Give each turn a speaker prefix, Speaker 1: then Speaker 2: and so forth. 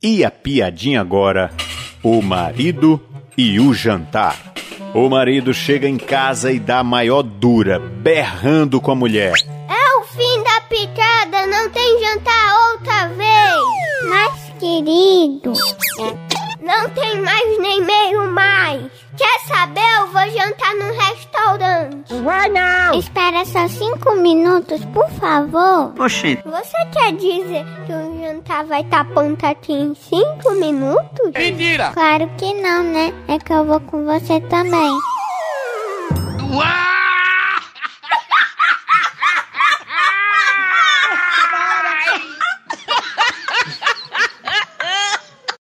Speaker 1: E a piadinha agora: o marido e o jantar. O marido chega em casa e dá a maior dura, berrando com a mulher.
Speaker 2: É o fim da picada, não tem jantar outra vez.
Speaker 3: Mas, querido,
Speaker 2: não tem mais nem meio mais. Quer saber? Eu vou jantar num restaurante.
Speaker 4: Vai não!
Speaker 3: espera só cinco minutos, por favor.
Speaker 5: Oxente,
Speaker 2: Você quer dizer que o jantar vai estar tá pronto aqui em cinco minutos?
Speaker 3: Claro que não, né? É que eu vou com você também.
Speaker 5: uau!